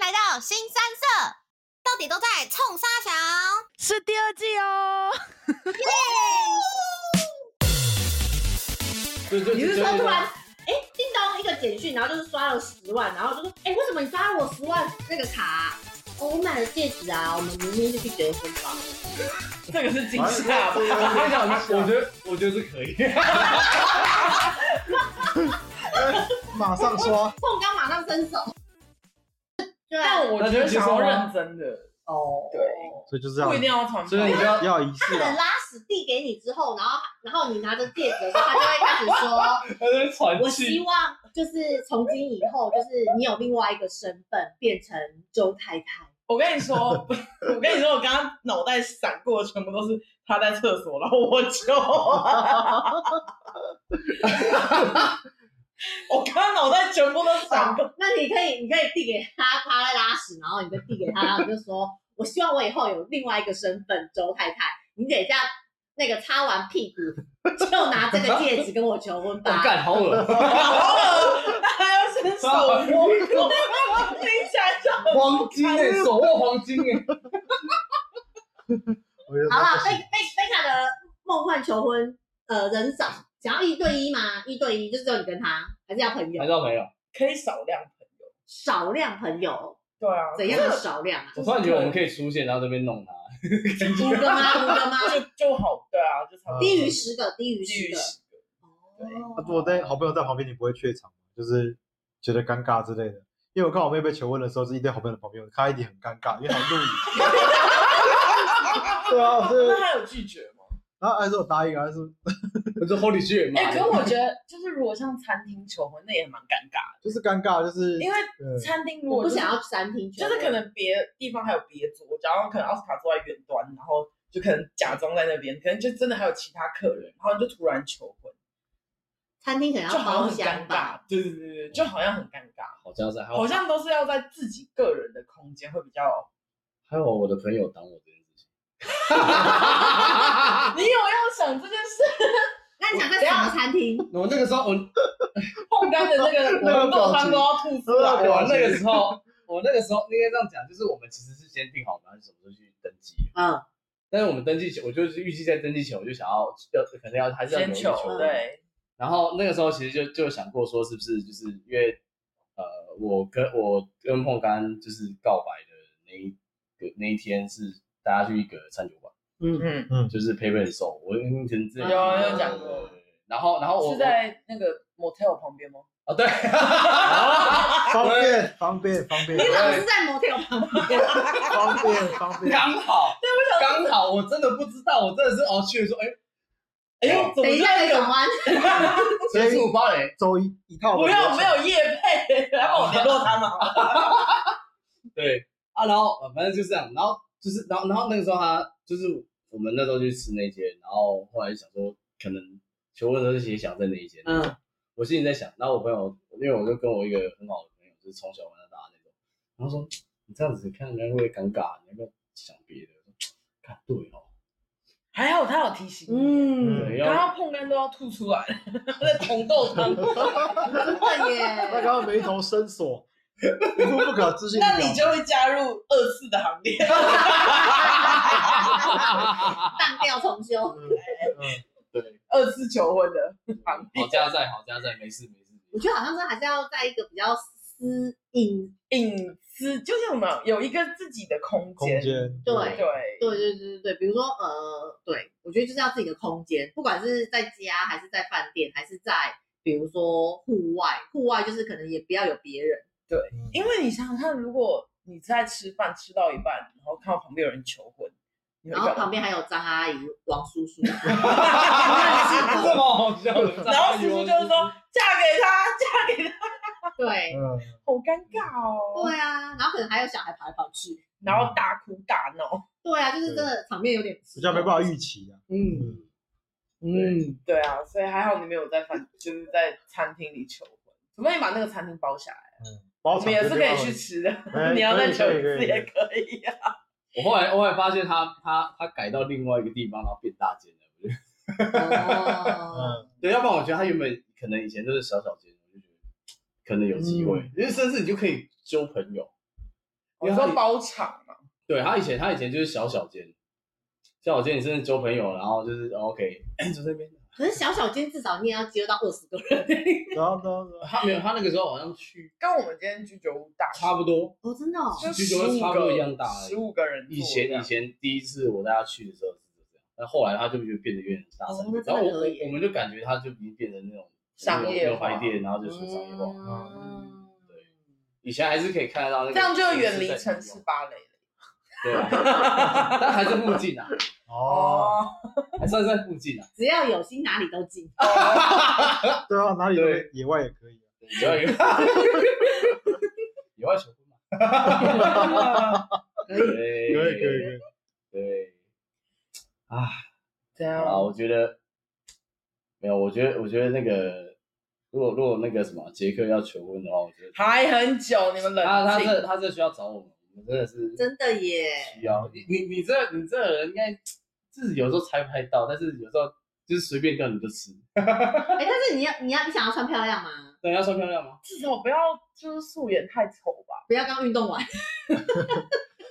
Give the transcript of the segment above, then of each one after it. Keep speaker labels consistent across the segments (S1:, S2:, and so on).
S1: 来到新三社，到底都在冲沙墙。
S2: 是第二季哦。
S3: 对对，
S4: 你是
S3: 对
S4: 说
S3: 对
S4: 突然，哎、叮咚一个简讯，然后就是刷了十万，然后就说，哎、为什么你刷了我十万那个卡啊、哦，我买了戒指啊，我们明天就去结婚吧。
S5: 这个是惊
S3: 反正
S5: 吓吧
S3: 我？我想，我觉得我觉得是可以，
S6: 马上刷，
S4: 凤刚马上伸手。 对，啊
S5: 但我觉得想要认真的，
S4: 哦，
S5: 对，
S6: 所以就是这
S5: 不一
S6: 样，
S5: 定要传
S3: 所以你就要
S6: 要仪
S4: 他
S6: 式
S4: 可能
S6: 啊。
S4: 拉屎递给你之后，然后然后你拿着戒指的时候，他就会开始 说，
S3: 他在传
S4: 我希
S3: 气，
S4: 望就是从今以后，就是你有另外一个身份，变成周太太。
S5: 我跟你说， 我跟你说，我刚刚脑袋闪过的全部都是他在厕所，然后我 就，我刚刚脑袋全部都闪过，
S4: 那你可以，你可以递给他，他在拉屎，然后你就递 给他，然后你就说，我希望我以后有另外一个身份，周太太，你等一下那个擦完屁股就拿这个戒指跟我求婚
S3: 我
S4: 吧。
S3: 干好恶心，
S5: 那还要伸手摸我，听起来就很
S3: 黄金哎，手握黄金 哎，
S6: 我觉得
S4: 好了
S5: 啊
S6: 他不，
S4: 贝
S6: 行
S4: 贝贝卡的梦幻求婚，呃，人少，想要一对一吗？一对一就只有你跟他，还是要朋
S3: 难
S4: 友？
S5: 哎
S3: 道没有？
S5: 可以少量朋友。
S4: 少量朋友，
S5: 对啊，
S4: 怎样的少量 啊？
S3: 我突然觉得我们可以出现，然后这边弄他，
S4: 五个吗？五个 吗？
S5: 就就好，对啊，就差不多
S4: 低于十个，低于
S5: 低
S4: 十
S5: 于
S4: 个。
S5: 十
S4: 哦
S6: 啊如果在好朋友在旁边，你不会怯场吗，就是觉得尴尬之类的。因为我看我妹被求婚的时候，是一堆好朋友的旁边，我看她一点很尴尬，因为她 录影。对啊，我
S5: 哦那
S6: 是，
S5: 他有拒绝吗？
S6: 然后还是我答应啊，还是
S3: 我说 Holy shit 嘛
S5: 哎、，可是我觉得，就是如果像餐厅求婚，那也蛮尴尬
S6: 就是尴尬，就是呃
S5: 的，因为
S6: 对
S5: 餐厅如
S4: 我
S5: 果、
S4: 不
S5: 就是、
S4: 想要餐厅求
S5: 就
S4: 婚，
S5: 是可能别地方还有别桌，然后可能奥斯卡坐在远端，然后就可能假装在那边，可能就真的还有其他客人，然后你就突然求婚，
S4: 餐厅可能
S5: 就
S4: 要
S5: 好
S4: 包
S5: 像很
S4: 厢
S5: 尴
S4: 吧。
S5: 尬。对对对对，就好像很尴尬，
S3: 好像是还有
S5: 好像都是要在自己个人的空间会比较。
S3: 还有我的朋友挡我这件事情，
S5: 你有要想这件事？
S4: 那你想在什么餐厅？
S3: 我那个时候我
S5: 碰干的 那个
S6: 那
S5: 我
S6: 个表
S5: 豆
S6: 情
S5: 汤都要吐出
S6: 那
S5: 来
S6: 个表
S5: 了。
S3: 我那个时候，我那个时候应该这样讲，就是我们其实是先定好我们什么时候去登记，
S4: 嗯，
S3: 但是我们登记前，我就是预计在登记前，我就想要要可能要还是要
S5: 先
S3: 留一个球啊
S5: 求
S3: 员
S5: 对，
S3: 然后那个时候其实就就想过说，是不是就是因为呃，我跟我跟碰干就是告白的那一个那一天是大家去一个餐酒馆，
S5: 嗯，
S3: 就是陪伴手，我因为前之前
S5: 有有讲过
S3: 对对对然后然后我
S5: 是在那个 motel 旁边吗？
S3: 哦对，
S6: 方便方便方便
S4: 你怎么是在 motel 旁边？
S6: 方便方便，
S3: 刚好，对不起，刚好，我真的不知道，我真的是哦去了说，哎、哎呦，
S4: 等
S3: 怎么
S4: 一
S3: 就
S4: 下
S3: 那
S4: 再转
S3: 个
S4: 弯。
S3: 谁是五八嘞？
S6: 周一一套的
S5: 不要
S6: 流
S5: 没
S6: 程
S5: 有业配，来帮我联络他们好吗？
S3: 对啊，然后呃反正就这样，然后就是，然后然后那个时候他就是我们那时候去吃那间，然后后来想说可能求婚的时候也想在那一间，
S5: 嗯，
S3: 我心里在想，然后我朋友，因为我就跟我一个很好的朋友，就是从小玩到大的那种，然后说你这样子看人家会不会尴尬，啊你要不要想别的？我说看对哦，
S5: 还好他有提醒你，
S4: 嗯，
S3: 对，
S5: 刚
S3: 要
S5: 刚碰干都要吐出来， 在捅豆汤。
S4: 真的
S6: 那
S4: 耶。
S6: 刚刚眉头深锁，一副不可置信的
S5: 那
S6: 表
S5: 你
S6: 情。
S5: 就会加入二次的行 列。
S4: 当掉重修，
S6: 嗯
S3: 对，
S5: 二次求婚的行
S3: 好
S5: 列，
S3: 加在，好加在，没事没 事。
S4: 我觉得好像是还是要在一个比较私隐。
S5: 隐私就是什么，有一个自己的空
S6: 空
S5: 间。
S6: 间
S4: 对
S5: 对，
S4: 对对对对对，比如说呃，对我觉得就是要自己的空间，不管是在家还是在饭店，还是在比如说户外，户外就是可能也不要有别人。
S5: 因为你想想看，如果你在吃饭吃到一半，然后看到旁边有人求婚，你会
S4: 然后
S5: 干嘛
S4: 旁边还有张阿姨、王叔 叔，
S3: 这么好笑的，
S5: 然后叔叔就是说嫁给他，嫁给他，
S4: 对
S6: 嗯，
S5: 好尴尬哦。
S4: 对啊，然后可能还有小孩跑来跑去，
S5: 然后大哭大闹。
S4: 对啊，就是真的场面有点
S6: 比较没办法预期啊。
S5: 嗯嗯，对啊，所以还好你没有在饭，就是在餐厅里求婚，除非你把那个餐厅包下来，
S6: 包
S5: 我
S6: 场
S5: 们也是可以去
S6: 就
S5: 吃的。
S6: 哎
S5: 你要
S6: 可以
S5: 再求一
S6: 可以可
S5: 次
S6: 以
S5: 也可以啊。
S3: 我后来我后来发现他他他改到另外一个地方，然后变大间了。我觉得
S6: 嗯
S4: 哦，
S3: 对，要不然我觉得他原本可能以前
S5: 嗯
S3: 都是小小间，我就觉得可能有机会，因为甚至你就可以交朋友。因
S5: 你
S3: 为他
S5: 说包场嘛，
S3: 对他以前，他以前就是小小间，小小间你真的交朋友，然后就是哦 OK，就这边。
S4: 可是小小间至少你也要接到二十个人，
S6: 然后然后然后
S3: 他没有，他那个时候好像去
S5: 跟我们今天居酒屋大
S3: 差不多。
S4: 哦，真的哦，
S5: 就
S3: 居
S5: 十
S3: 酒屋
S5: 五
S3: 差不多
S5: 个
S3: 一样大而已
S5: 十五个人坐
S3: 以前
S5: 这样
S3: 以前第一次我带他去的时候是这样，但后来他就觉得变得有点大声
S4: 哦那真的
S3: 然后我
S4: 可以耶
S3: 我们就感觉他就已经变成那种
S5: 商业
S3: 牛
S5: 化
S3: 排店，然后就是哦商业化。
S4: 嗯
S3: 以前还是可以看得到那个，
S5: 这样就远离城市，芭蕾了。
S3: 对啊，但还在附近啊，
S6: 哦，，
S3: 还算在附近啊。
S4: 只要有心，哪里都进。
S5: 哦
S6: 对啊，哪里都
S3: 对
S6: 野外也可以啊。
S3: 有外 有啊外求婚嘛？ 可以，
S6: 可以可以可以，
S3: 对，
S5: 这
S3: 啊，
S5: 样
S3: 我觉得没有，我觉得我觉得那个，如果如果那个什么杰克要求婚的话，我觉得
S5: 还很久，你们
S3: 他
S5: 冷
S3: 啊他
S5: 静。
S3: 这他这需要找我们，我们真的是
S4: 真的耶，
S3: 需要你你你这你这个人应该就是有时候猜不太到，但是有时候就是随便叫你就吃。
S4: 哎、但是你要你要你想要穿漂亮吗？
S3: 对，要穿漂亮吗？
S5: 至少不要就是素颜太丑吧。
S4: 不要刚运动完，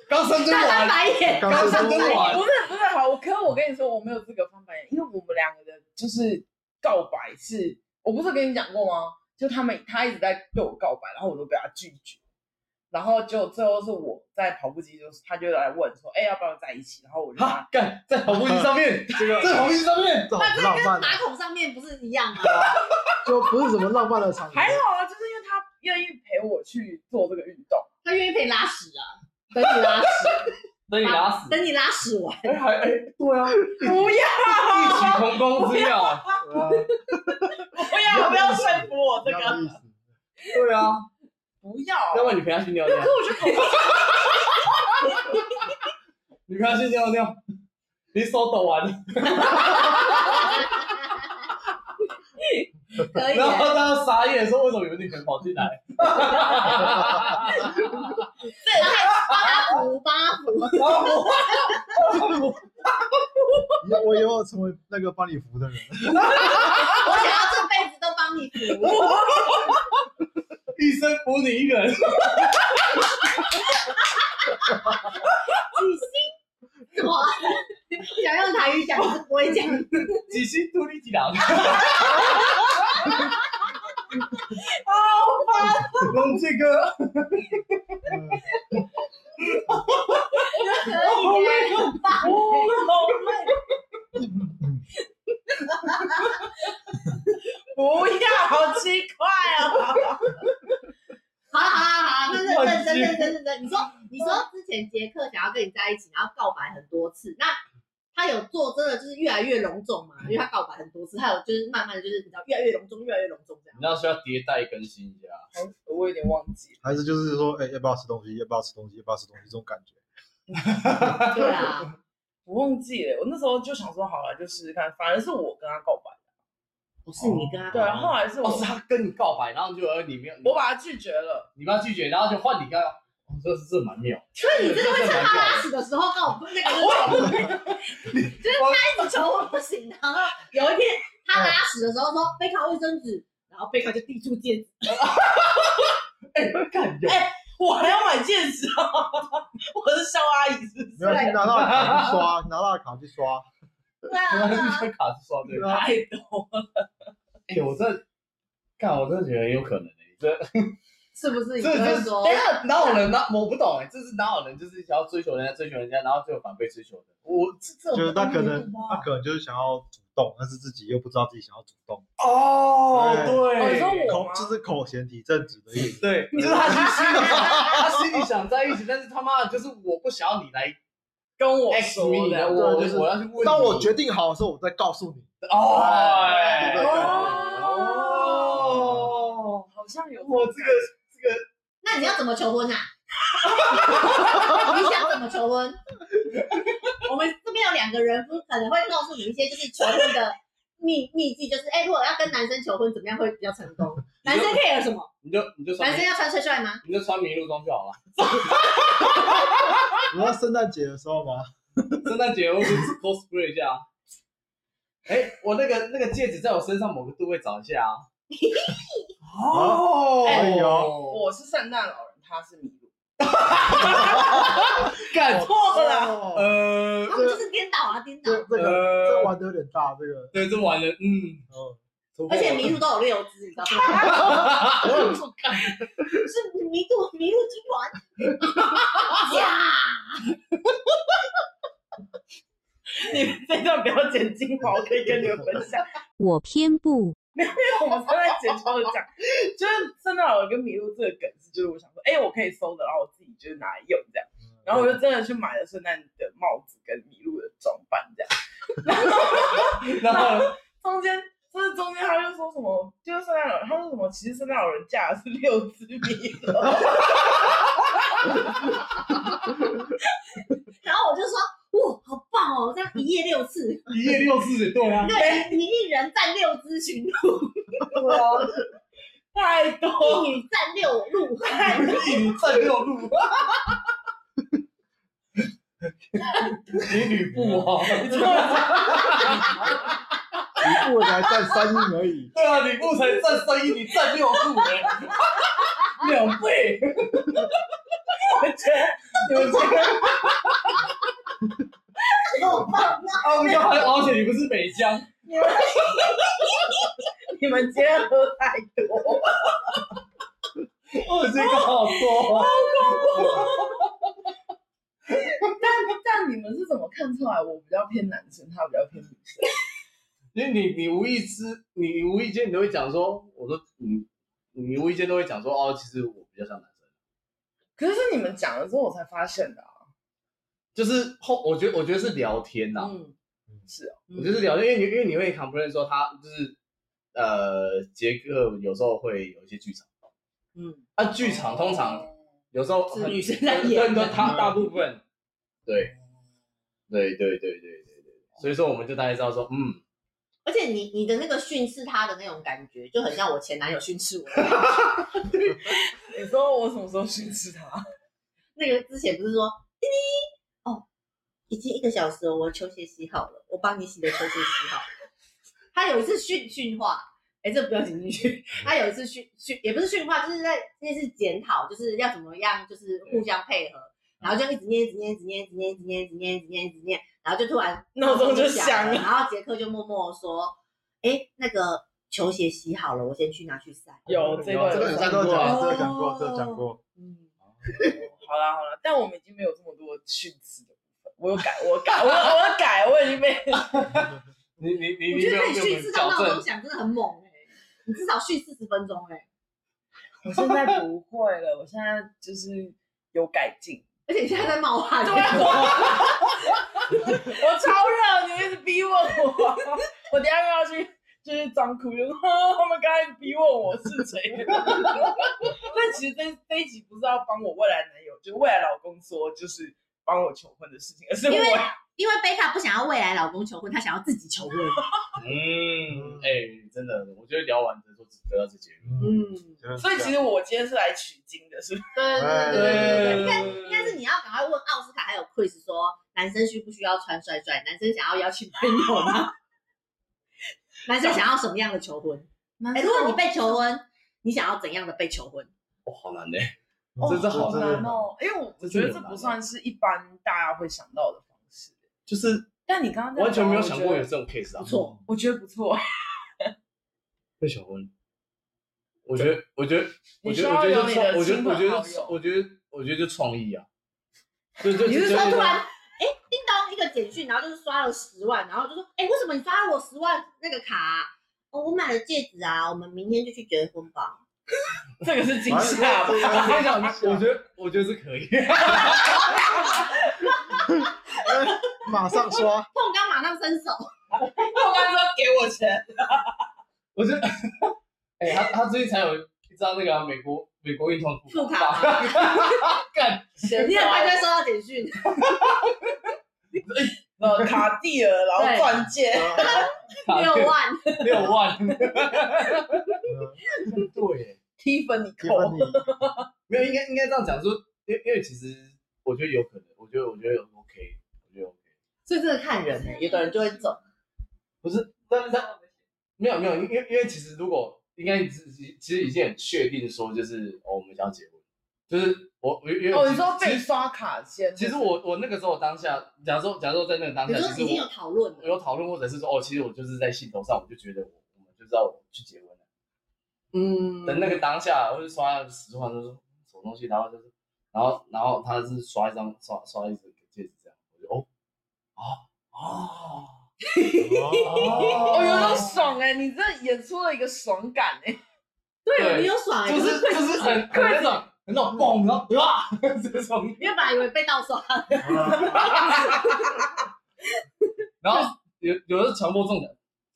S3: 刚生
S4: 大翻
S3: 完，
S4: 白眼，
S6: 刚生
S3: 出来
S5: 不是不是好，我可是我跟你说，我没有资格翻白眼，因为我们两个人就是告白是，我不是跟你讲过吗？就他们他一直在对我告白，然后我都被他拒绝，然后就最后是我在跑步机，就是他就来问说，哎、要不要在一起？然后我 就
S3: 哈
S5: 答，
S3: 干在跑步机上面，
S6: 这个
S3: 在跑步机上面。
S6: 这好不浪漫
S4: 马
S6: 啊，
S4: 桶上面不是一样吗？
S6: 就不是什么浪漫的场合。
S5: 还好啊，就是因为他愿意陪我去做这个运动，
S4: 他愿意陪你拉屎啊，等你拉屎，
S3: 等你拉屎，
S4: 等你拉屎完，
S3: 哎还哎，对啊，
S5: 不要
S3: 异曲同工之妙啊。
S6: 对
S5: 不要不要说服我这
S6: 啊，一
S5: 个，
S6: 样的意思。
S3: 对啊，
S5: 不要，啊
S3: 要不然你陪他去尿尿。
S5: 我觉得
S3: 你陪他去尿尿，你手抖完，
S4: 可以啊耶
S3: 然，后大家傻眼说为什么有女人跑进来？
S4: 八福八福，
S3: 然后我
S6: 以后我以后成为那个帮你扶的人，
S4: 我想要这辈子都帮你扶，
S3: 一生服你一个人，
S4: 哇， 想用台语讲，可是不会讲，
S3: 几心独立几两，
S5: 好烦，
S3: 龙这个
S6: 嗯
S4: 可以耶，很棒，
S5: 好累。不要，好奇怪哦！
S4: 好了好了好了，那认真认真认真， 你说你说之前杰克想要跟你在一起，然后告白很多次，那他有做真的就是越来越隆重嘛？因为他告白很多次，还有就是慢慢的就是你知道越来越隆重，越来越隆重这样
S3: 你。要需要迭代更新一下。
S5: 我有点忘记了，
S6: 还是就是说，哎，要不要吃东西？要不要吃东西？要不要吃东西？这种感觉。
S4: 对啊，
S5: 我忘记了。我那时候就想说，好了，就试试看。反而是我跟他告白，
S4: 不是你跟他
S5: 对，啊后来是我、
S3: 哦，是他跟你告白，然后就呃你没有，
S5: 我把他拒绝了。
S3: 你把他拒绝，然后就换你告。哦，这是这蛮妙，
S4: 所以你真的会趁他拉屎的时候告那个，就是他一直求婚不行，然后有一天他拉屎的时候说贝卡卫生纸，然后贝卡就递出戒指，
S3: 哎干有
S5: 我还要买戒指啊！我是肖阿姨，是不
S6: 没有，
S5: 是？啊
S6: 去拿到卡去 刷，拿到卡去刷。
S4: 对啊，对啊
S3: 这卡是刷对吧。
S5: 太多了，
S3: 哎，我这干，我真的觉得很有可能哎，这
S4: 是不是？你
S3: 这
S4: 就会
S3: 这
S4: 说
S3: 等一下哪有人哪我不懂哎，这是哪有人就是想要追求人家追求人家，然后最后反被追求的？我这这种
S6: 就是他可
S3: 不
S6: 能
S3: 懂啊
S6: 他可能就是想要主动，但是自己又不知道自己想要主动，
S3: 哦，
S5: 哦
S3: 对，
S5: 你说我
S6: 口
S5: 吗
S6: 就是口嫌体正直的意思。
S3: 对，就是他其实心里他心里想在一起，但是他妈的就是我不想要你来
S5: 跟我
S3: X
S5: 说
S3: me，
S5: 的。
S3: 我
S6: 对就是
S3: 我要去问你。
S6: 当我决定好的时候，我再告诉你。
S3: 哦，
S6: 哎
S3: 对
S5: 哦
S3: 哦，
S5: 好像有
S3: 我这个
S4: 那你要怎么求 婚啊？你想怎么求婚？我们这边有两个人，不是可能会告诉你一些就是求婚的秘秘籍，就是哎、如果要跟男生求婚，怎么样会比较成功？男生 care 什么？
S3: 你就你就穿
S4: 男生要穿帅帅吗？
S3: 你就穿迷路装就好了。
S6: 你知道圣诞节的时候吗？
S3: 圣诞节我去 cosplay 一下啊。 哎，我那个那个戒指在我身上某个部位找一下啊。哦
S6: 哎呦
S5: 我是圣诞老人，他是麋鹿。
S3: 哦
S5: 啊
S6: 哦
S4: 啊
S3: 呃
S6: 点大，这个，
S3: 对，这完了，嗯，
S6: 嗯，突
S4: 而
S6: 破
S4: 且迷路都有六只，你知道吗？
S3: 我有
S4: 是迷路迷路军团， 呀！
S5: 你们 这段不要剪精华，我可以跟你们分享。
S7: 我偏不，
S5: 我们刚才简单的讲，就是圣诞老人跟麋鹿这个梗是，就是我想说，哎、我可以搜的，然后我自己就是拿来用这样，然后我就真的去买了圣诞的帽子跟麋鹿的装扮这样，
S3: 然后
S5: 中间。就是中间他就说什么，就是圣诞老人，他说什么，其实圣诞老人嫁的是六只麋鹿，
S4: 然后我就说，哇，好棒哦，这样一夜六次，
S3: 一夜六次，对啊，
S4: 对，你一人占六只驯鹿，
S5: 太多，
S4: 一女占六鹿，
S3: 一女占六路，你吕布哦，
S6: 一步才占三英而已，
S3: 对啊，吕布才占三亿，你占六路 哎，两倍，
S5: 我觉得你们觉得
S4: 好棒！
S3: 啊，我们就还而且你不是北疆，
S5: 你们你们今天喝太多，
S3: 我这个好多啊，
S5: 但但你们是怎么看出来我比较偏男生，他比较偏女生？
S3: 因为你你无意之，你无意间你都会讲说，我说你你无意间都会讲说，哦，其实我比较像男生，
S5: 可是是你们讲了之后我才发现的、啊，
S3: 就是后我觉得我觉得是聊天呐、
S4: 嗯，
S5: 是哦，
S3: 我就是聊，因为你因为你会 complain 说他就是呃杰克有时候会有一些剧场，
S4: 嗯，
S3: 啊剧场通常有时候很
S4: 是女生在演嗯哦
S3: 对对，他大部分对对对对对对对，所以说我们就大概知道说，嗯，
S4: 而且你你的那个训斥他的那种感觉，就很像我前男友训斥我。
S5: 你说我什么时候训斥他？
S4: 那个之前不是说，滴滴哦，已经一个小时了，我球鞋洗好了，我帮你洗的球鞋洗好了。他有一次训训话，哎，这不要紧进去。他有一次训训，也不是训话，就是在那是检讨，就是要怎么样，就是互相配合。然后就一直念，一直念，一直念，一直念，一直念，一直念，一直念，一直念，然后就突然
S5: 闹钟就响
S4: 了，
S5: 了
S4: 然后杰克就默默地说：“哎，那个球鞋洗好了，我先去拿去晒。”
S5: 有这个
S6: 这哦个有
S3: 上
S6: 讲过啊，
S5: 哦
S6: 这个讲过，这个讲过，
S5: 嗯， 好啦好啦，但我们已经没有这么多训斥的部分，我有 改，我有改，我有我有改，我已经被
S3: 你你你
S4: 我
S3: 你
S4: 觉
S3: 没
S4: 得
S3: 有
S4: 可以
S3: 没
S4: 训
S3: 有没有
S4: 斥到
S3: 矫
S4: 闹钟
S3: 正，
S4: 响，真的很猛哎、你至少训四十分钟哎、
S5: 我现在不会了，我现在就是有改进。
S4: 而且你现在在冒汗。
S5: 对啊，我 我超热，你们一直逼问我，我等一下又要去就是装哭，就说哦他们刚才逼问我是谁。 但其实这这一集不是要帮我未来男友，就未来老公说就是帮我求婚的事情，而是
S4: 因为
S5: 我
S4: 因为贝卡不想要未来老公求婚，她想要自己求婚。
S3: 嗯，哎、真的，我觉得聊完之后得到这结论，
S6: 嗯，
S4: 嗯，
S5: 所以其实我今天是来取经的，是不是？
S4: 对对
S3: 哎
S4: 对对对对。
S3: 对
S4: 应该是你要赶快问奥斯卡还有 Chris 说，男生需不需要穿帅帅？男生想要邀请朋友吗？男生想要什么样的求 婚？哎、如果你被求婚，你想要怎样的被求 婚？
S3: 哇、好难呢、
S5: 哦，
S3: 这这好
S6: 真的
S5: 难哦，因为我我觉得这不算是一般大家会想到的方式。
S3: 就是
S5: 但你刚刚在
S3: 完全没有想过
S5: 讲
S3: 有这种 case 啊，
S4: 不错，
S5: 我觉得不错，
S3: 被求婚。我觉得，我觉得，我
S5: 你
S3: 觉
S5: 需
S3: 得，
S5: 要
S3: 我觉得
S5: 有
S3: 就创，我觉
S5: 你的
S3: 得，
S5: 亲朋
S3: 我觉
S5: 好
S3: 得
S5: 友
S3: 就，我觉得，我觉得就创意啊。就就
S5: 你是
S3: 就
S4: 说
S3: 就
S4: 突然，哎、叮咚一个简讯，然后就是刷了十万，然后就说，哎、为什么你刷了我十万那个卡啊、哦，我买了戒指啊，我们明天就去结婚吧。
S5: 这个是惊
S6: 反正
S5: 吓吧？
S3: 我跟你讲， 我觉得，我觉得是可以。
S6: 哎马上刷，呃
S4: 碰刚马上伸手，
S5: 我刚刚说给我钱，
S3: 我觉得， 哎，他他最近才有一张那个啊美国美国运 动
S4: 副卡吗？
S3: 干，
S4: 你很快就会收到简 讯，
S3: 啊
S5: 呃，卡地尔，然后钻戒，
S3: 啊
S4: 六万，
S3: 六万， 对耶，
S5: Tiffany
S6: 结婚
S5: 扣，
S6: 你
S3: 没有，应该应该这样讲说，因为因为其实我觉得有可能，我觉得我觉得有 OK，我觉得 OK，
S4: 所以这个看人呢、有的人就会走，
S3: 不是，但是他没有没有，因为因为其实如果应该其实其实已经很确定说，就是哦，我们想要结婚，就是我因为因为
S5: 哦，你说被
S3: 其实
S5: 刷卡先？
S3: 其实我我那个时候当下，假如说假如说在那个当
S4: 你
S3: 下，
S4: 说
S3: 其
S4: 已经
S3: 实
S4: 有
S3: 我
S4: 讨论
S3: 我
S4: 了，
S3: 有讨论或者是说哦，其实我就是在兴头上，我就觉得我我们就知道我去结婚了。
S5: 嗯
S3: 等那个当下，我就刷十万，就是什么东西，然后就是，然后然后他是刷一张刷刷一整个戒指这样，我就哦哦哦
S5: 哦，
S3: 哦
S5: 有种爽哎、你这演出了一个爽感哎、
S4: 对，
S3: 对
S4: 你有爽
S6: 哎
S4: 欸，
S3: 就是
S4: 会
S3: 就是很很那种很
S6: 嗯
S3: 那种蹦，然后哇 这种，
S4: 原本以为被盗刷，
S3: 然后有有的传播中奖，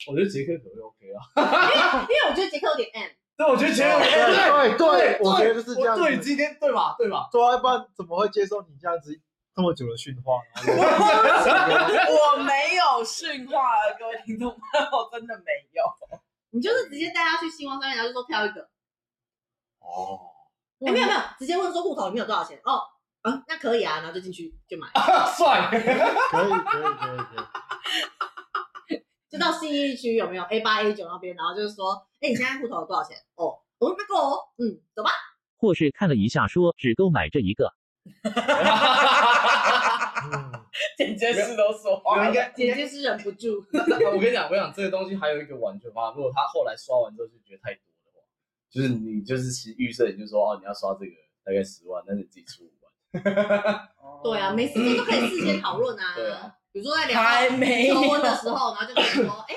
S3: 我觉得杰克可能 OK 啊，
S4: 因为我觉得杰克有点 M，
S3: 对，我觉得杰克啊
S6: 对对对，我觉得就是这样
S3: 对
S6: 子。
S3: 今天对吧对吧？
S6: 对啊，不然怎么会接受你这样子这么久的训话？然
S5: 我
S6: 后
S5: 没有训话，各位听众朋友，真的没有。
S4: 你就是直接带他去星光三月，然后就说挑一个，
S3: 哦，
S4: 哎、没有没有，直接问说户头里面有多少钱哦，啊，那可以啊，然后就进去就买，
S3: 帅，
S6: 可以可以可以可以，
S4: 就到信义区有没有 A 八 A 九那边，然后就是说，哎、你现在户头有多少钱？哦，哦，那够哦，嗯，走吧，
S7: 或是看了一下说只购买这一个。
S6: 嗯，
S5: 剪接师都说话了
S3: 哦应该
S4: 姐姐是忍不住，
S3: 我跟你讲，我想这个东西还有一个完全方法，如果他后来刷完之后就觉得太多的话，就是你就是其预设你就说哦你要刷这个大概十万，但是你自己出五万。
S5: 哦
S4: 对啊，没事做就可以事先讨论啊，
S3: 对啊
S4: 比如说在
S5: 还
S4: 聊
S5: 没有
S4: 求婚的时候，然后就跟你说，哎、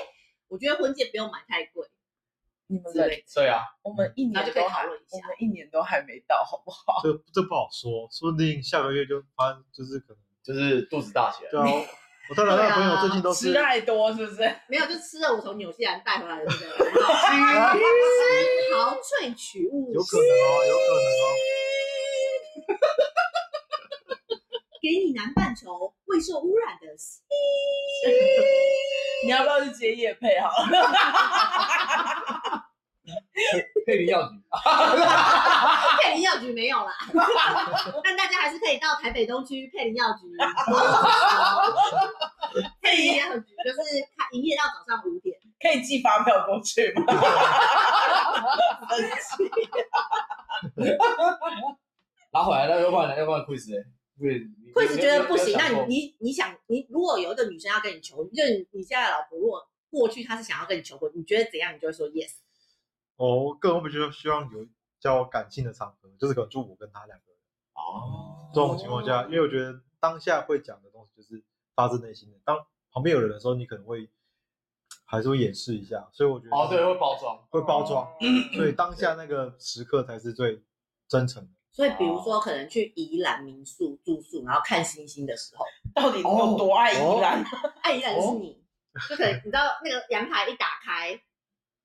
S4: 我觉得婚戒不用买太贵，
S5: 你们
S4: 之类的
S5: 的
S3: 对啊，
S5: 我们一
S4: 欸那
S5: 年
S4: 就可以
S5: 都
S4: 讨
S5: 还，
S4: 论一
S5: 我
S4: 下
S5: 们一年都还没到，好不好？
S6: 这这不好说，说不定下个月就发现就是可能
S3: 就是肚子大起来。
S6: 对啊，我 我到老大朋友最近都
S5: 吃
S6: 是
S5: 太多是不是？
S4: 没有就吃了我从纽西兰带回来的那个啊生蚝萃取物，
S6: 有可能哦，有可能哦，
S4: 给你南半球未受污染的
S5: 你要不要去接夜配好了？
S3: 配林药局，
S4: 佩林药局没有啦，但大家还是可以到台北东区佩林药局。佩林药局就是开营业到早上五点，
S5: 可以寄发票过去吗？
S3: 拿回来了，要不然要不然 quiz 哎，quiz 你
S4: 会是觉得不行。那你
S3: 你
S4: 你你想，你如果有一个女生要跟你求，就是你现在的老婆，如果过去她是想要跟你求婚，你觉得怎样？你就会说 yes。
S6: 哦，我个人会觉得希望有比较感性的场合，就是可能就我跟他两个人
S3: 哦，
S6: 这种情况下，因为我觉得当下会讲的东西就是发自内心的，当旁边有人的时候，你可能会还是会掩饰一下，所以我觉得
S3: 哦对，会包装，
S6: 会包装，
S4: 嗯
S5: 嗯
S6: 所以当下那个时刻才是最真诚的。
S4: 所以比如
S3: 哦
S4: 说，可能去宜兰民宿住宿，然后看星星的时候，
S5: 到底有多爱依兰？
S4: 爱宜兰就是
S3: 哦
S4: 你，就可能你知道那个阳台一打开，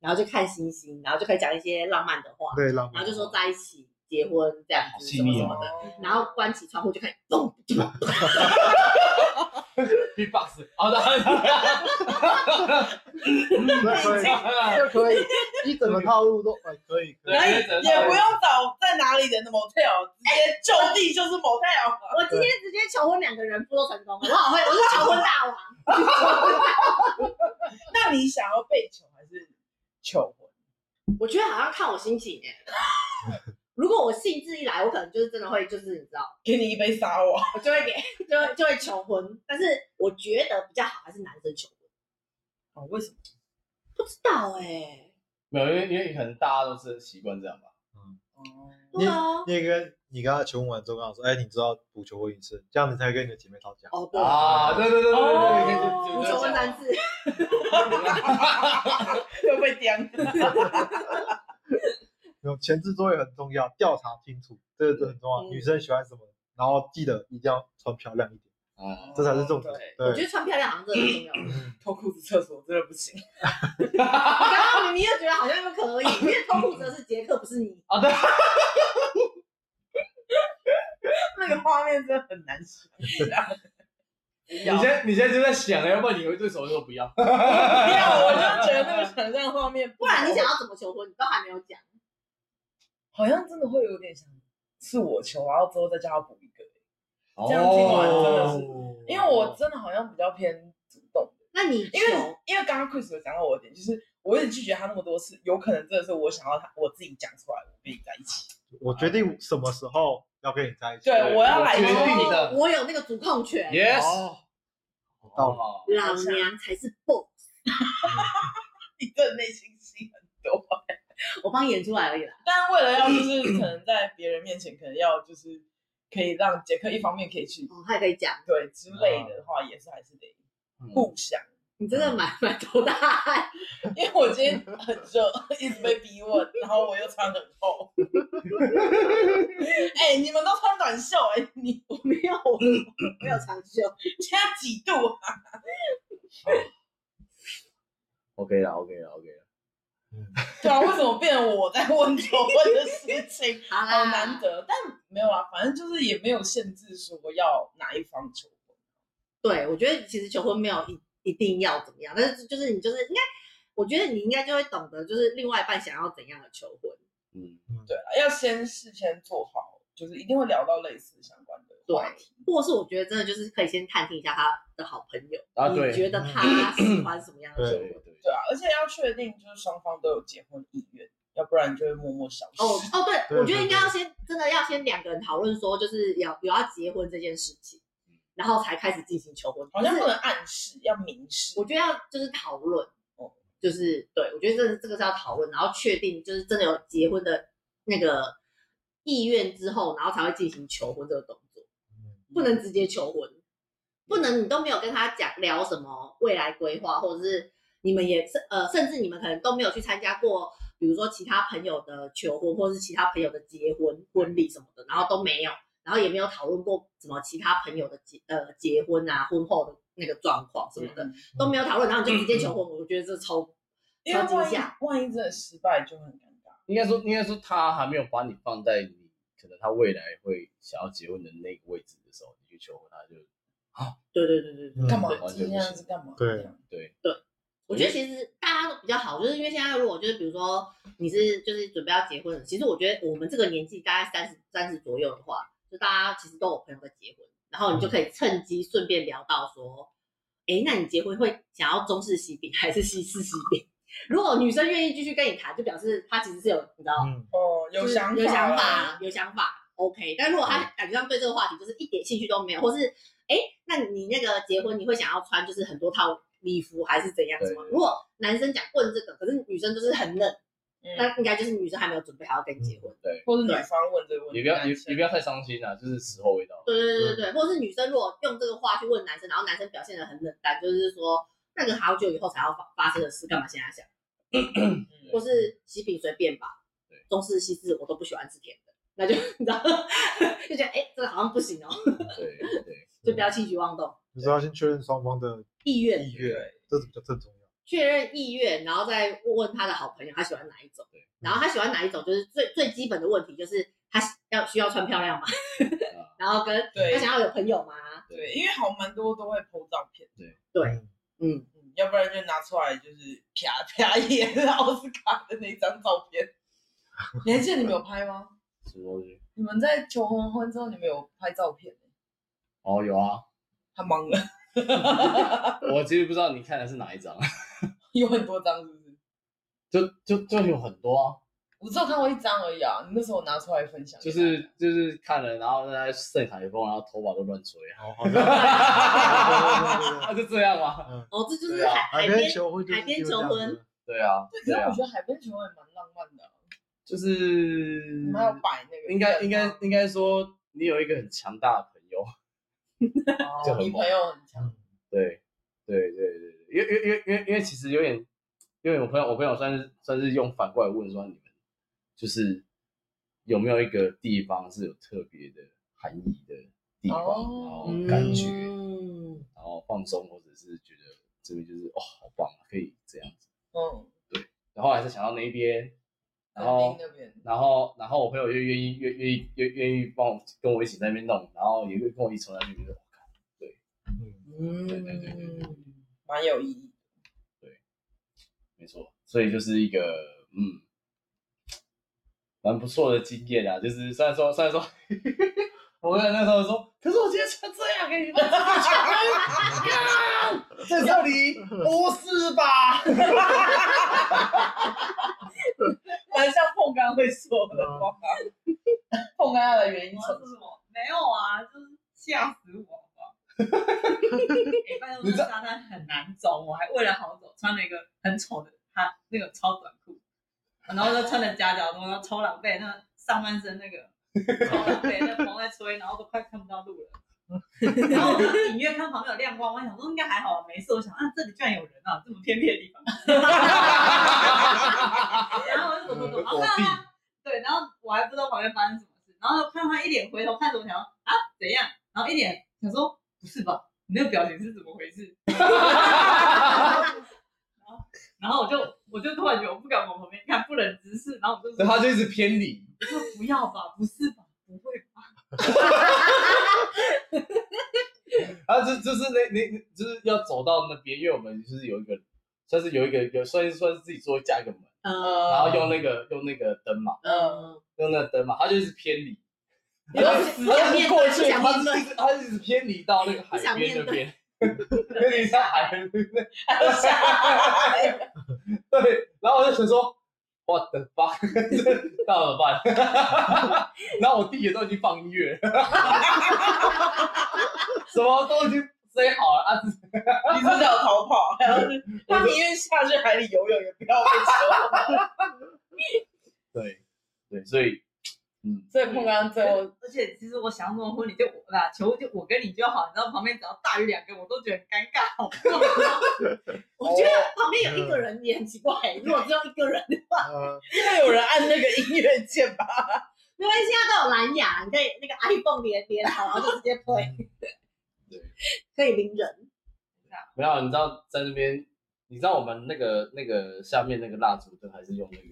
S4: 然后就看星星，然后就可以讲一些浪漫的话。
S6: 对，浪
S4: 然
S6: 漫
S4: 后就说在一起结婚这样
S3: 好
S4: 子
S3: 细
S4: 什么
S3: 腻
S4: 什
S3: 哦
S4: 么的，然后关起窗户就开始 咚，
S3: big box，好的，
S6: 那可以，就 可以一整个套路都哎可以可以
S5: 可以，也不用找在哪里的 motel，直接就地就是 motel。
S4: 我今天直接求婚两个人不都成功了，我好会，我是求婚大王。
S5: 那你想要被求还是求婚？
S4: 我觉得好像看我心情哎、如果我兴致一来，我可能就是真的会就是你知道，
S5: 给你一杯沙瓦，
S4: 我就会给就会就会求婚，但是我觉得比较好还是男生求婚，
S5: 哦，为什么？
S4: 不知道哎、
S3: 没有，因为因为可能大家都是习惯这样吧。
S5: 哦
S4: 对啊，
S6: 你也跟你跟他求婚完之后，跟他说，哎，你知道补求婚一次，这样你才跟你的姐妹讨价。
S4: 哦对，
S3: 啊，对对对对对对，
S4: 我求婚三次，
S5: 会被刁？
S6: 有前置作业很重要，调查清楚，这个真的很重要。
S5: 嗯
S6: 女生喜欢什么，然后记得一定要穿漂亮一点，
S3: 啊，
S6: 这才是重点。
S5: 对
S4: 我
S6: 对
S4: 觉，得穿漂亮好像真的很重要。你
S5: 脱裤子厕所真的不行。
S4: 刚刚明明又觉得好像又可以，因为偷裤子的是杰克，不是你。
S3: 啊对，
S5: 那个画面真的很难 想象。
S3: 你现在你现在就在想，要不然你会对手说 不要，
S5: 不要，我就觉得那个想象画面，
S4: 不然你想要怎么求婚，你都还没有讲。
S5: 好像真的会有点想是我求，然后之后再叫他补一个，
S3: 这
S5: 样听完真的
S3: 是
S5: 是因为我真的好像比较偏主动，
S4: 那你求
S5: 因为因为刚刚 Chris 有讲到我的点，就是我一直拒绝他那么多次，有可能真的是我想要他我自己讲出来，我跟你在一起，
S6: 我决定什么时候要跟你在一起。
S5: 对我要来
S3: 决定的
S4: 哦我有那个主控权，
S3: ，yes，
S6: 哦到了
S3: 好，
S4: 老娘才是 boss，
S5: 你的内心戏很多。
S4: 我帮你演出来而已啦。
S5: 但为了要就是可能在别人面前，可能要就是可以让杰克一方面可以去
S4: 哦，他也可以讲，
S5: 对啊嗯之类的话，也是还是得互相。
S4: 你真的满满头大汗，
S5: 因为我今天很热，一直被逼问，然后我又穿很厚。 哎、你们都穿短袖哎、你我没有，
S4: 没有长袖。
S5: 现在几度啊？
S3: ，OK 啦，OK 啦，OK 啦，
S5: 对啊，为什么变成我在 问求婚的事情？
S4: 好啦，
S5: 好难得，但没有啦，反正就是也没有限制说要哪一方求婚。
S4: 对，我觉得其实求婚没有一一定要怎么样，但是就是你就是应该，我觉得你应该就会懂得，就是另外一半想要怎样的求婚。
S3: 嗯，
S5: 对啦，要先事先做好，就是一定会聊到类似相关的
S4: 对
S5: 话题。，
S4: 或是我觉得真的就是可以先探听一下他的好朋友，
S3: 啊
S4: 你
S3: 对
S4: 觉得他喜欢什么样的
S3: 对
S4: 求
S6: 嗯对
S4: 婚？
S3: 对，
S5: 对啊，而且要确定就是双方都有结婚意愿，要不然就会默默消失。
S4: 哦哦，对，
S6: 对
S4: 我觉得
S6: 对
S4: 应该要先真的要先两个人讨论说，就是有有要结婚这件事情，然后才开始进行求婚。
S5: 好像
S4: 就
S5: 不
S4: 是
S5: 能暗示，要明示。
S4: 我觉得要就是讨论
S5: 哦，
S4: 就是对我觉得这是这个是要讨论，然后确定就是真的有结婚的那个意愿之后，然后才会进行求婚这个动作，
S6: 嗯
S4: 不能直接求婚，不能你都没有跟他讲聊什么未来规划，或者是你们也是呃，甚至你们可能都没有去参加过，比如说其他朋友的求婚，或是其他朋友的结婚婚礼什么的，然后都没有。然后也没有讨论过什么其他朋友的结呃结婚啊婚后的那个状况什么的，都没有讨论，然后你就直接求婚，我觉得这超
S5: 嗯因为
S4: 超惊
S5: 万一
S4: 吓。
S5: 万一真的失败就很尴尬。
S3: 应该说应该说他还没有把你放在你可能他未来会想要结婚的那个位置的时候，你去求婚，他就
S4: 对对对对对，
S6: 嗯
S5: 干嘛
S3: 对？完全
S5: 这
S3: 不
S5: 样
S3: 行
S5: 子干嘛？
S6: 对
S5: 这样
S3: 对，
S4: 我觉得其实大家都比较好，就是因为现在如果就是比如说你是就是准备要结婚了，其实我觉得我们这个年纪大概三十三十左右的话，就大家其实都有朋友在结婚，然后你就可
S5: 嗯
S4: 以趁机顺便聊到说，哎，那你结婚会想要中式喜饼还是西式喜饼？ 如果女生愿意继续跟你谈，就表示她其实是有你知道
S6: 嗯，
S5: 哦，有
S4: 就是
S5: 想法，嗯
S4: 有想法，，有想法，OK。但如果他感觉上对这个话题就是一点兴趣都没有，或是哎，那你那个结婚你会想要穿就是很多套礼服还是怎样
S3: 对
S4: 什么？
S3: 对
S4: 如果男生讲问这个，可是女生就是很冷，
S5: 嗯，
S4: 那应该就是女生还没有准备好要跟你结婚。
S5: 或是女方问这个问题，
S3: 也不要也
S5: 男生
S3: 也不要太伤心啊，就是时候未 到，
S4: 对对对对对，或是女生如果用这个话去问男生，然后男生表现的很冷淡，就是说那个好久以后才要发发生的事，干嘛现在想？ 或是喜饼随便吧
S3: 对，
S4: 中式西式我都不喜欢吃甜的，那就 你知道，就觉得哎、诶这个好像不行哦，
S3: 对对，
S4: 就不要轻举妄动。
S6: 就是要先确认双方的
S4: 意愿，
S6: 意愿，这是比较正重要。
S4: 确认意愿，然后再问问他的好朋友他喜欢哪一种，然后他喜欢哪一种，就是最最基本的问题就是他喜要需要穿漂亮吗？
S3: 啊
S4: 然后跟
S5: 对
S4: 他想要有朋友吗？
S5: 对，因为好蛮多都会 PO 照片，
S4: 对
S6: 嗯，
S4: 嗯，
S5: 嗯，要不然就拿出来就是啪啪也是奥斯卡的那张照片。你还记得你们有拍吗？
S3: 什么东西？
S5: 你们在求婚婚之后，你们有拍照片？
S3: 哦，有啊，
S5: 他忙了，
S3: 我其实不知道你看的是哪一张，
S5: 有很多张是不是？
S3: 就就就有很多啊，
S5: 我只有看过一张而已啊，你那时候拿出来分享给
S3: 就
S5: 大家，
S3: 是就是看了，然后在晒台风，然后头发都乱吹啊，
S6: 好好的，
S3: 啊，就 这样吗？
S4: 哦，这就是
S3: 对啊
S4: 海海
S6: 嗯海边
S4: 边
S6: 求婚就是
S4: 海边
S6: 因为
S4: 求
S6: 这样
S4: 婚
S6: 子，
S3: 对啊，
S5: 对，可
S3: 对
S5: 是
S3: 啊
S5: 我觉，得海边球也蛮浪漫的啊，
S3: 就是
S5: 我们还有摆那个
S3: 嗯应该
S5: 灯
S3: 应该
S5: 啊
S3: 应该说你有一个很强大的朋友，
S5: 哦
S3: 就很
S5: 你
S3: 猛
S5: 朋友很强，
S3: 对对对对，对因为因为因为因为因为其实有点，因为我朋友我朋友算是算是用反过来问说你们就是有没有一个地方是有特别的含义的地方，
S5: 哦
S3: 然后感觉，
S4: 嗯
S3: 然后放松或者是觉得这边就是哦好棒啊，可以这样子，
S5: 嗯，
S3: 然后还是想到那一边，然
S5: 垦丁
S3: 后
S5: 嗯那边，
S3: 然后然后我朋友又愿意愿愿意愿愿意帮我跟我一起在那边弄，然后也会跟我一起从那边觉得。
S6: 嗯，
S3: 对对对对对
S4: 嗯，
S5: 蛮有意义的。
S3: 没错，所以就是一个嗯，蛮不错的经验啊。就是虽然说虽然说， 我跟那时候说，可是我今天穿这样给你们 看，这到底不是吧？ 嗯
S5: 蛮像碰刚会说的话。
S8: 啊吓死我好不好？哎、拜托，那沙滩很难走，我还为了好走，穿了一个很丑的他那个超短裤，然后就穿了夹脚拖，然后超狼狈，那上半身那个超狼狈，那风在吹，然后都快看不到路了。 然后我就隐约看旁边有亮光，我想说应该还好，没事。我想啊，这里居然有人啊，这么偏僻的地方。 然后我就走走走，然后看到他，对，然后我还不知道旁边发生什么事，然后看到他一脸回头看着我，想说啊怎样，然后一脸想说不是吧，你那个表情是怎么回事？ 然后我就我就突然觉得我不敢往旁边看，不忍直视，然后我就
S3: 所
S8: 说
S3: 以他就一直偏离。
S8: 我说不要吧，不是吧，不会吧，
S3: 啊，就就是那那就是要走到那边，因为我们就是有一个算是有一个有算是算是自己做加一个门，
S4: 呃，
S3: 然后用那个用那个灯嘛，
S4: 嗯，
S3: 用那个灯嘛，他就一直偏离。
S4: 你
S3: 他
S4: 要
S3: 就是
S4: 不想
S3: 他就是
S4: 面
S3: 过
S4: 对
S3: 去，
S4: 不想
S3: 他
S4: 面对
S3: 就是一直他就是一直偏离到那个
S4: 不想
S3: 海边
S4: 面
S3: 那
S4: 对
S3: 边， 偏离到海边 那下海。对，然后我就想说，what the fuck，这 那怎么办？ 然后我弟也都已经放音乐了， 什么都已经塞好了啊，只
S5: 你是要逃跑，还要是
S4: 嗯
S5: 他宁愿下去海里游泳，也不要被球。
S3: 对对，所以嗯，
S5: 所以碰刚最后
S8: 而且其实我想怎么婚礼就我啦，求就我跟你就好，你知道旁边只要大于两个，我都觉得很尴尬，好不好？
S4: 我觉得旁边有一个人也很奇怪，如果只有一个人，
S6: 呃，
S5: 应该有人按那个音乐键吧？
S4: 没关系，现在都有蓝牙，你可以那个 iPhone 连连好，然后就直接推
S3: 对，
S4: 可以零人，
S3: 没有，你知道在那边，你知道我们那个那个下面那个蜡烛灯还是用那个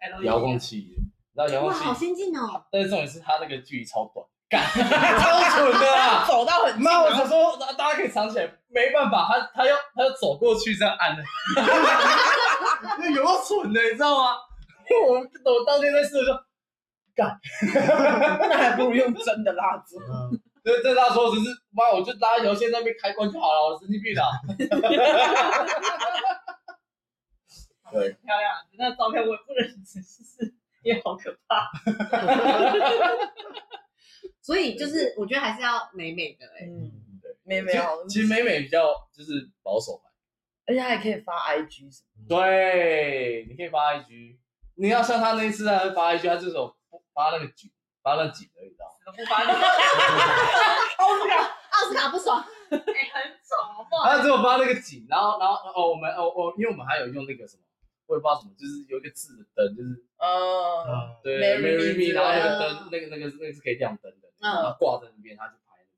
S8: 哎然后
S3: 遥控器的，你知道遥
S4: E 啊哇，
S3: 控
S4: 好
S3: 器，
S4: 先进哦！
S3: 但是重点是它那个距离超短，干超蠢的啊！
S5: 走到很
S3: 那我想说，大大家可以藏起来，没办法，他他要他要走过去这样按的， 那有够蠢的，你知道吗？ 我我当天在试的时候，
S5: 那还不如用真的蜡烛。
S6: 呃
S3: 对，在他说只是妈，我就拉一条线在那边开关就好了，我神经病啊！对，
S8: 漂亮，那照片我也不忍直视，也好可怕。
S4: 所以就是我觉得还是要美美的哎、
S5: 嗯， 没没好，
S3: 其实美美比较就是保守嘛。
S5: 而且还可以发 IG 什么
S3: 对，你可以发 IG，你要像他那一次，啊他发 IG，他这种发那个举，发那几的，你知道吗？
S8: 怎么不发你？
S4: 奥斯卡不爽，
S8: 哎，很丑，好不 好？
S3: 他只有发那个景，然后然后哦，我们哦哦，因为我们还有用那个什么，我也不知道什么，就是有一个字的灯，就是
S5: 嗯，
S6: 呃
S3: 对
S5: Marry
S3: Marry
S5: me
S3: me，然后那个
S4: 啊
S3: 灯，那个那个那个是可以亮灯的，
S4: 嗯
S3: 然后挂在那边，他就拍那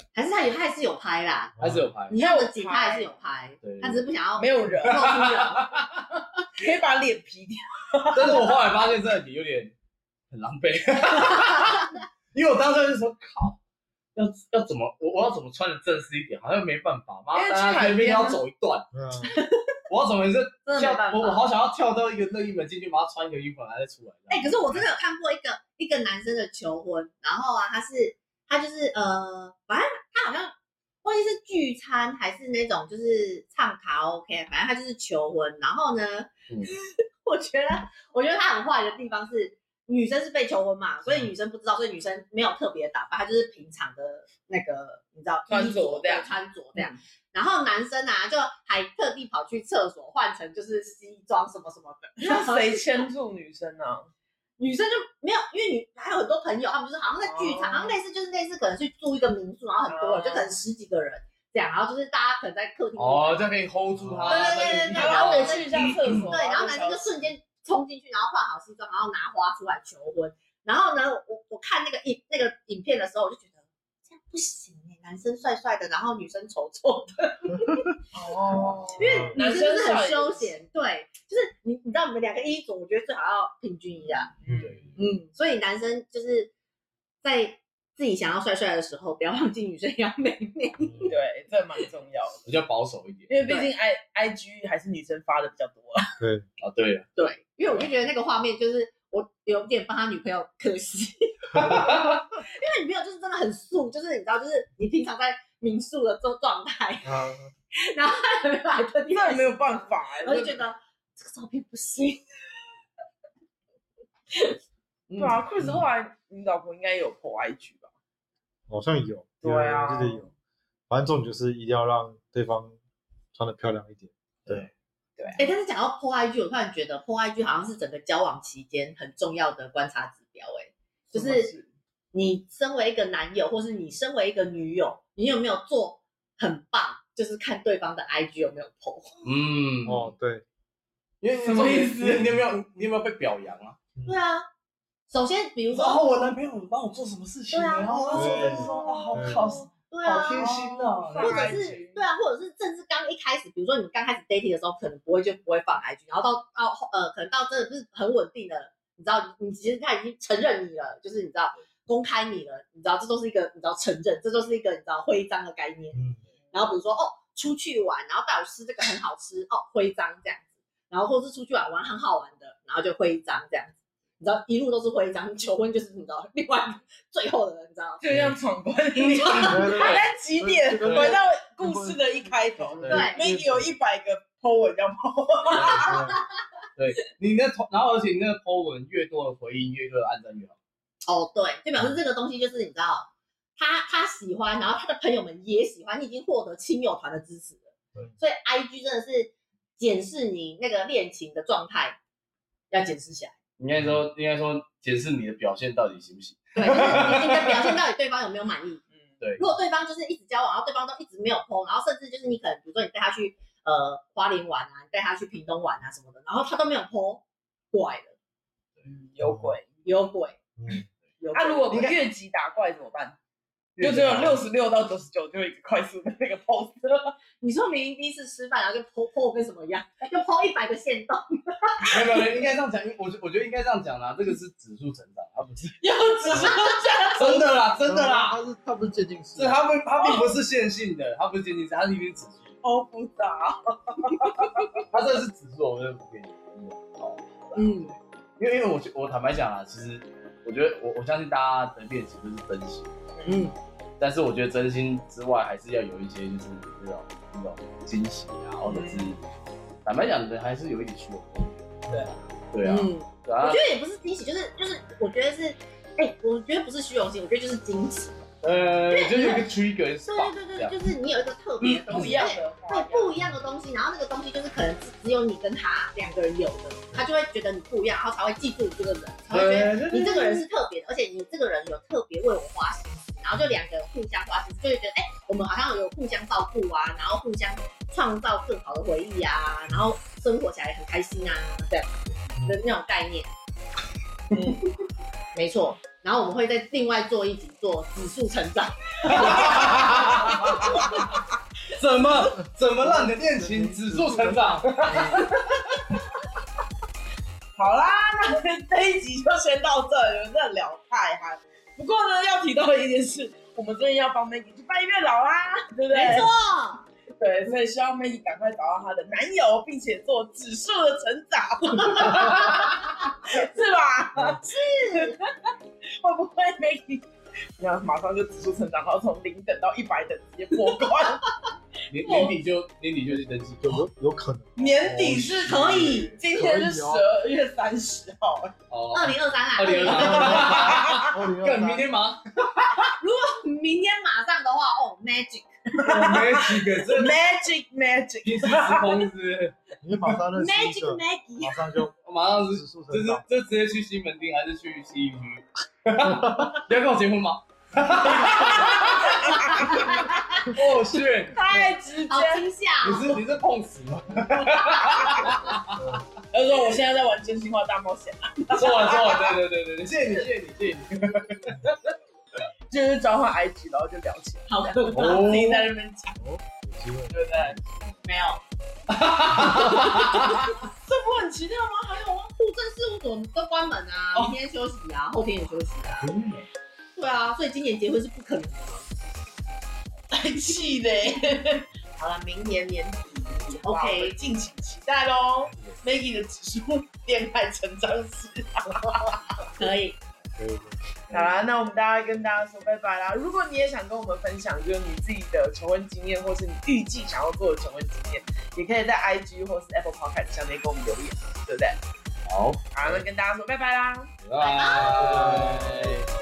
S3: 个，
S4: 还是他也他还是有拍啦，
S3: 还是 有拍，
S4: 你看我景他还是有拍
S3: 对，
S4: 他只是不想要
S5: 没有人，
S4: 露出人。
S5: 可以把脸皮掉。
S3: 但是我后来发现这里有点很狼狈， 因为我当时就说靠。要要怎么我我要怎么穿的正式一点？好像没办法，妈
S5: 因为去
S3: 大家
S5: 海
S3: 随便
S5: 边啊
S3: 要走一段，
S6: 嗯
S3: 我要怎么也是
S4: 真的
S3: 跳
S4: 没办，法
S3: 我我好想要跳到一个任意门进去，把它穿一个衣服，然后再出来。
S4: 哎、可是我真的有看过一个一个男生的求婚，然后啊，他是他就是呃，反正他好像忘记是聚餐还是那种就是唱卡拉 OK，反正他就是求婚。然后呢，
S3: 嗯
S4: 我觉得我觉得他很坏的地方是。女生是被求婚嘛，所以女生不知道，所以女生没有特别打扮，她就是平常的那个，你知道
S5: 穿
S4: 衣
S5: 着这样
S4: 对穿着这样。然后男生啊，就还特地跑去厕所换成就是西装什么什么的。
S5: 那谁牵住女生啊呢？
S4: 女生就没有，因为女还有很多朋友，他们就是好像在剧场，好
S5: 哦
S4: 像类似就是类似可能去住一个民宿，然后很多人，
S5: 哦
S4: 就可能十几个人这样，然后就是大家可能在客厅，
S3: 嗯哦，这样可哦以 hold 住它。
S4: 对对对对对
S3: 它就
S4: 然后
S5: 我
S4: 我
S5: 去一下厕所。啊
S4: 对，然后男生就瞬间冲进去，然后换好西装，然后拿花出来求婚。然后呢，我我看那个影那个影片的时候，我就觉得这样不行哎、男生帅帅的，然后女生丑丑的，
S5: 哦，
S4: 因为女
S5: 男
S4: 生就
S5: 生
S4: 是
S5: 帅
S4: 很休闲，对，就是你你知道你们两个衣着，我觉得最好要平均一下。
S6: 嗯，
S4: 嗯，所以男生就是在自己想要帅帅的时候，不要忘记女生要美美。
S5: 对，这蛮重要的，
S3: 比较保守一点
S5: 因为毕竟 I I G 还是女生发的比较多啊。
S6: 对，
S3: 啊。对了，
S4: 对，因为我就觉得那个画面就是我有点帮他女朋友可惜， 因为他女朋友就是真的很素，就是你知道，就是你平常在民宿的状状态，
S6: 啊，
S4: 然后他没办法特地，
S5: 那没有办法欸，
S4: 我就觉得这个照片不行。啊
S5: 嗯对啊。Chris 后来你老婆应该有 po IG 吧？
S6: 好像有，
S5: 对啊
S6: 我记得有。反正重点就是一定要让对方穿的漂亮一点。
S4: 哎、但是讲到破 IG，我突然觉得破 IG 好像是整个交往期间很重要的观察指标、哎，就
S5: 什么
S4: 是
S5: 事
S4: 你身为一个男友，或是你身为一个女友，你有没有做很棒？就是看对方的 IG 有没有 破。
S3: 嗯，
S6: 哦，，对，
S3: 因为
S5: 什么意思
S3: 你你有没有你有没有被表扬 啊？
S4: 对啊，首先比如说，
S5: 然后我男朋友帮我做什么事情，
S4: 对啊
S5: 然后那时候就说啊，好
S6: 对
S5: 好
S4: 对啊，
S5: 好贴心哦，
S4: 或者是对啊，或者是甚至刚一开始，比如说你们刚开始 dating 的时候，可能不会就不会放 IG，然后到到后呃，可能到真的是很稳定的，你知道，你其实他已经承认你了，就是你知道公开你了，你知道这都是一个你知道承认，这都是一个你知道徽章的概念。
S6: 嗯，
S4: 然后比如说哦，出去玩，然后带我吃这个很好吃，哦，徽章这样子，然后或是出去玩玩很好玩的，然后就徽章这样子。你知道一路都是徽章，求婚就是你知道另外一个最后的，你知道
S5: 就像闯关一样。
S6: 对
S5: 还
S6: 对
S5: 在几点？
S6: 对
S5: 回到故事的一开头，
S3: 对
S5: 那有一百个 po 文要 po，
S3: 对，你那头，然后而且你那个 po 文越多的回应，越多的暗赞越好。
S4: 哦，对，就表示这个东西就是你知道，他他喜欢，然后他的朋友们也喜欢，你已经获得亲友团的支持了。所以 I G 真的是检视你那个恋情的状态，要检视起来。
S3: 应该
S5: 嗯
S3: 说，应该说，检视你的表现到底行不行？
S4: 对，就是你你的表现到底对方有没有满意？
S3: 对
S4: 如，果对方就是一直交往，然后对方都一直没有空，然后甚至就是你可能比如说你带他去呃花莲玩啊，你带他去屏东玩啊什么的，然后他都没有空，怪了，
S5: 有鬼。
S4: 有鬼，
S6: 嗯，
S4: 有鬼。
S5: 啊那如果
S4: 你看
S5: 越级打怪怎么办？就只有六十六到九十九，就一个快速的那个 pose，
S4: 你说明明第一次吃饭，然后就剖剖跟什么一样，就剖一百个线
S5: 啊
S4: 洞。
S3: 没有没有没有，应该这样讲，因为我觉我觉得应该这样讲啦，这个是指数成长，它不是
S5: 要只是
S3: 真的啦，真的啦，
S6: 嗯他是他不是渐进式
S3: 是，它不它并不是线性的，它不是渐进式，它是一定指数，
S5: 好复杂。
S3: 它这是指数，我真的不给你。哦，
S4: 嗯，
S3: 因为因为我觉我坦白讲啦，其实我觉得我我相信大家的恋情都是真心，
S5: 嗯，
S3: 但是我觉得真心之外，还是要有一些就是那种那种惊喜啊，或者是
S4: 嗯
S3: 坦白讲的，还是有一点虚荣。对啊，对啊，
S4: 嗯，我
S3: 对啊
S4: 觉，得也不是惊喜，就是就是，我觉得是，哎、我觉得不是虚荣心，我觉得就是惊喜。
S3: 呃，我觉得有一个 trigger 是吧
S4: 对对对对，
S3: 这样
S4: 就是你有一个特别的东
S5: 嗯不
S4: 西，
S5: 一样的
S4: 对
S5: 话，
S4: 不一样的东西，然后那个东西就是可能只只有你跟他两个人有的，他就会觉得你不一样，然后才会记住你这个人，才会觉得你这个人是特别的，而且你这个人有特别为我花心思，然后就两个人互相花心思，就会觉得哎、我们好像有互相照顾啊，然后互相创造更好的回忆啊，然后生活起来也很开心啊，这样的那种概念。嗯，没错。然后我们会再另外做一集做指数成长。
S3: 怎么怎么让你的恋情指数成 长？
S5: 好啦，那 这一集就先到这里，真的聊太嗨。不过呢，要提到的一件事，我们最近要帮 Maggie 去拜月老啦，对不对？
S4: 没错，
S5: 对，所以希望 Maggie 赶快找到她的男友，并且做指数的成长， 是吧？是。会不会 Maggie 然后马上就指数成长，然后从零等到一百等直接破关？
S3: 年年底就年底就去登记，就
S6: 有有可能。
S5: 年底是
S3: 可以
S5: 今天是十二月三十号，
S3: 哦，
S4: 二零二三啦，
S3: 二零二
S6: 二零
S3: 三，
S6: 二
S3: 干
S6: 三
S3: 明，天忙，
S4: 明天马上的话，哦，magic，
S3: 没几个真
S5: Magic Magic，
S3: 平时时空是不是，
S6: 你马上认识一
S4: Magic
S6: 个，
S4: Maggie，
S6: 马上就
S3: 我马上是
S6: 指数
S3: 这
S6: 成
S3: 是
S6: 长。
S3: 这直接去西门町还是去西营区？ 你要跟我结婚吗？ 哦，是，
S5: 太直接
S4: 好。惊吓
S3: 你
S4: 哦！
S3: 是你是碰瓷吗？
S5: 他说我现在在玩真心话大冒险，
S3: 错了错了，对对对对，谢谢你谢谢你谢谢你。
S5: 就是召唤 IG，然后就聊起哦
S4: 好
S5: 来，
S3: 哦
S4: 可怕，
S5: 自己在那边讲，
S6: 有机会，
S5: 对不对？
S4: 没有，
S5: 这不很奇特吗？还有吗？
S4: 户政事务所都关门啊，明天休息啊，后天也休息啊。对啊，所以今年结婚是不可能的。
S5: 太气嘞！ 好了，明年年底好不好
S4: OK
S5: 我们敬请期待喽。Maggie 的指数恋爱成长史。
S4: 可以，
S6: 可以。
S5: 好啦，那我们大家跟大家说拜拜啦。如果你也想跟我们分享，就是你自己的求婚经验，或是你预计想要做的求婚经验，也可以在 IG 或是 Apple Podcast 下面给我们留言，对不对？
S3: 好，
S5: 好，那跟大家说拜拜啦。
S3: 拜拜。